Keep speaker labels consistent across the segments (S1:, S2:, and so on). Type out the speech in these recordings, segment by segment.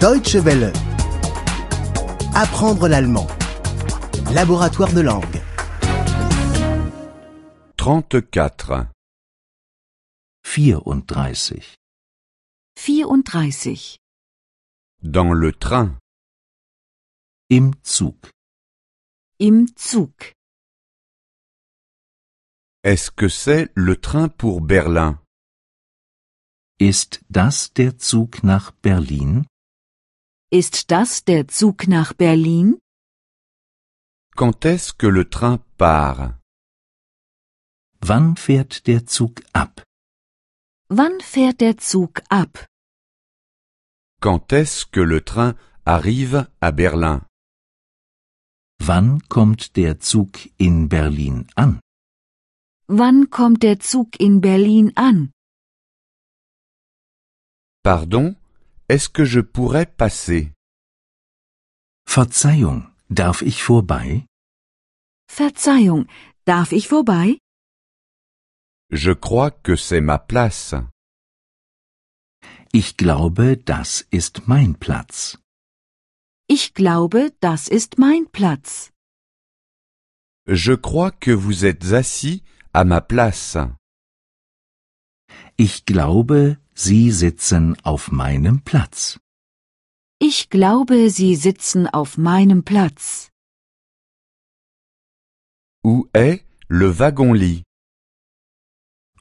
S1: Deutsche Welle. Apprendre l'allemand. Laboratoire de langue.
S2: 34.
S3: 34.
S4: 34.
S2: Dans le train.
S3: Im Zug.
S4: Im Zug.
S2: Est-ce que c'est le train pour Berlin
S3: Ist das der Zug nach Berlin?
S4: Ist das der Zug nach Berlin?
S2: Quand est-ce que le train part
S3: Wann fährt der Zug ab?
S4: Wann fährt der Zug ab?
S2: Quand est-ce que le train arrive à Berlin
S3: Wann kommt der Zug in Berlin an?
S4: Wann kommt der Zug in Berlin an?
S2: Pardon, est-ce que je pourrais passer
S3: Verzeihung, darf ich vorbei?
S4: Verzeihung, darf ich vorbei?
S2: Je crois que c'est ma place.
S3: Ich glaube, das ist mein Platz.
S4: Ich glaube, das ist mein Platz.
S2: Je crois que vous êtes assis à ma place.
S3: Ich glaube, Sie sitzen auf meinem Platz.
S4: Ich glaube, Sie sitzen auf meinem Platz.
S2: Où est le wagon-lit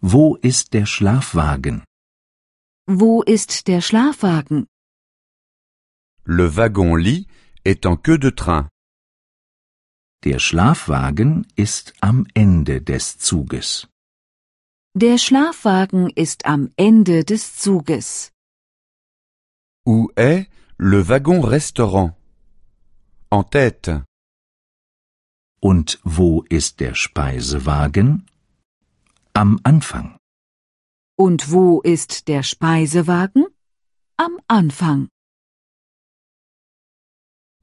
S3: Wo ist der Schlafwagen?
S4: Wo ist der Schlafwagen?
S2: Le wagon-lit est en queue de train.
S3: Der Schlafwagen ist am Ende des Zuges.
S4: Der Schlafwagen ist am Ende des Zuges.
S2: Où est le wagon-restaurant En tête.
S3: Und wo ist der Speisewagen? Am Anfang.
S4: Und wo ist der Speisewagen? Am Anfang.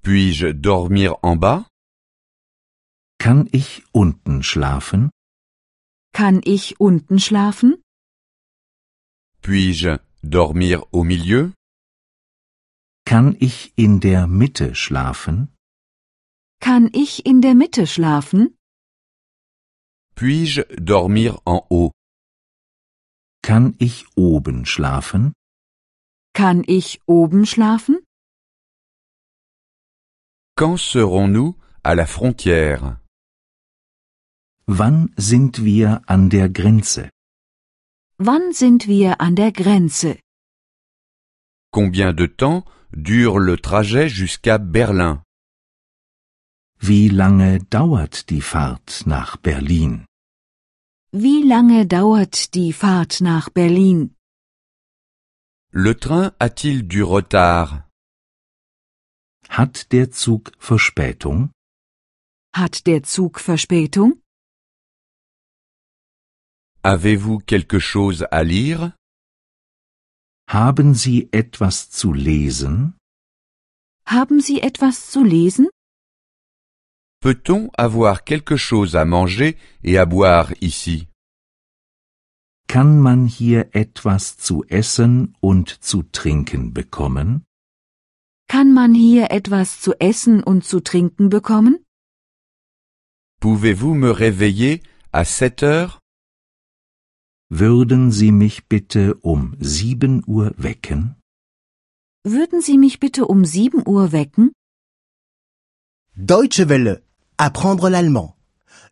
S2: Puis-je dormir en bas
S3: Kann ich unten schlafen?
S4: Kann ich unten schlafen?
S2: Puis-je dormir au milieu
S3: Kann ich in der Mitte schlafen?
S4: Kann ich in der Mitte schlafen?
S2: Puis-je dormir en haut
S3: Kann ich oben schlafen?
S4: Kann ich oben schlafen?
S2: Quand serons-nous à la frontière
S3: Wann sind wir an der Grenze?
S4: Wann sind wir an der Grenze?
S2: Combien de temps dure le trajet jusqu'à Berlin
S3: Wie lange dauert die Fahrt nach Berlin?
S4: Wie lange dauert die Fahrt nach Berlin?
S2: Le train a-t-il du retard
S3: Hat der Zug Verspätung?
S4: Hat der Zug Verspätung?
S2: Avez-vous quelque chose à lire
S3: Haben Sie etwas zu lesen?
S4: Haben Sie etwas zu lesen?
S2: Peut-on avoir quelque chose à manger et à boire ici
S3: Kann man hier etwas zu essen und zu trinken bekommen?
S4: Kann man hier etwas zu essen und zu trinken bekommen?
S2: Pouvez-vous me réveiller à 7 heures
S3: Würden Sie mich bitte um sieben Uhr wecken?
S4: Würden Sie mich bitte um 7 Uhr wecken?
S1: Deutsche Welle. Apprendre l'allemand.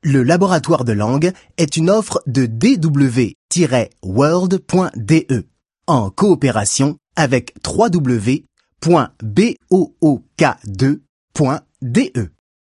S1: Le laboratoire de langue est une offre de dw-world.de E. en coopération avec www.book2.de.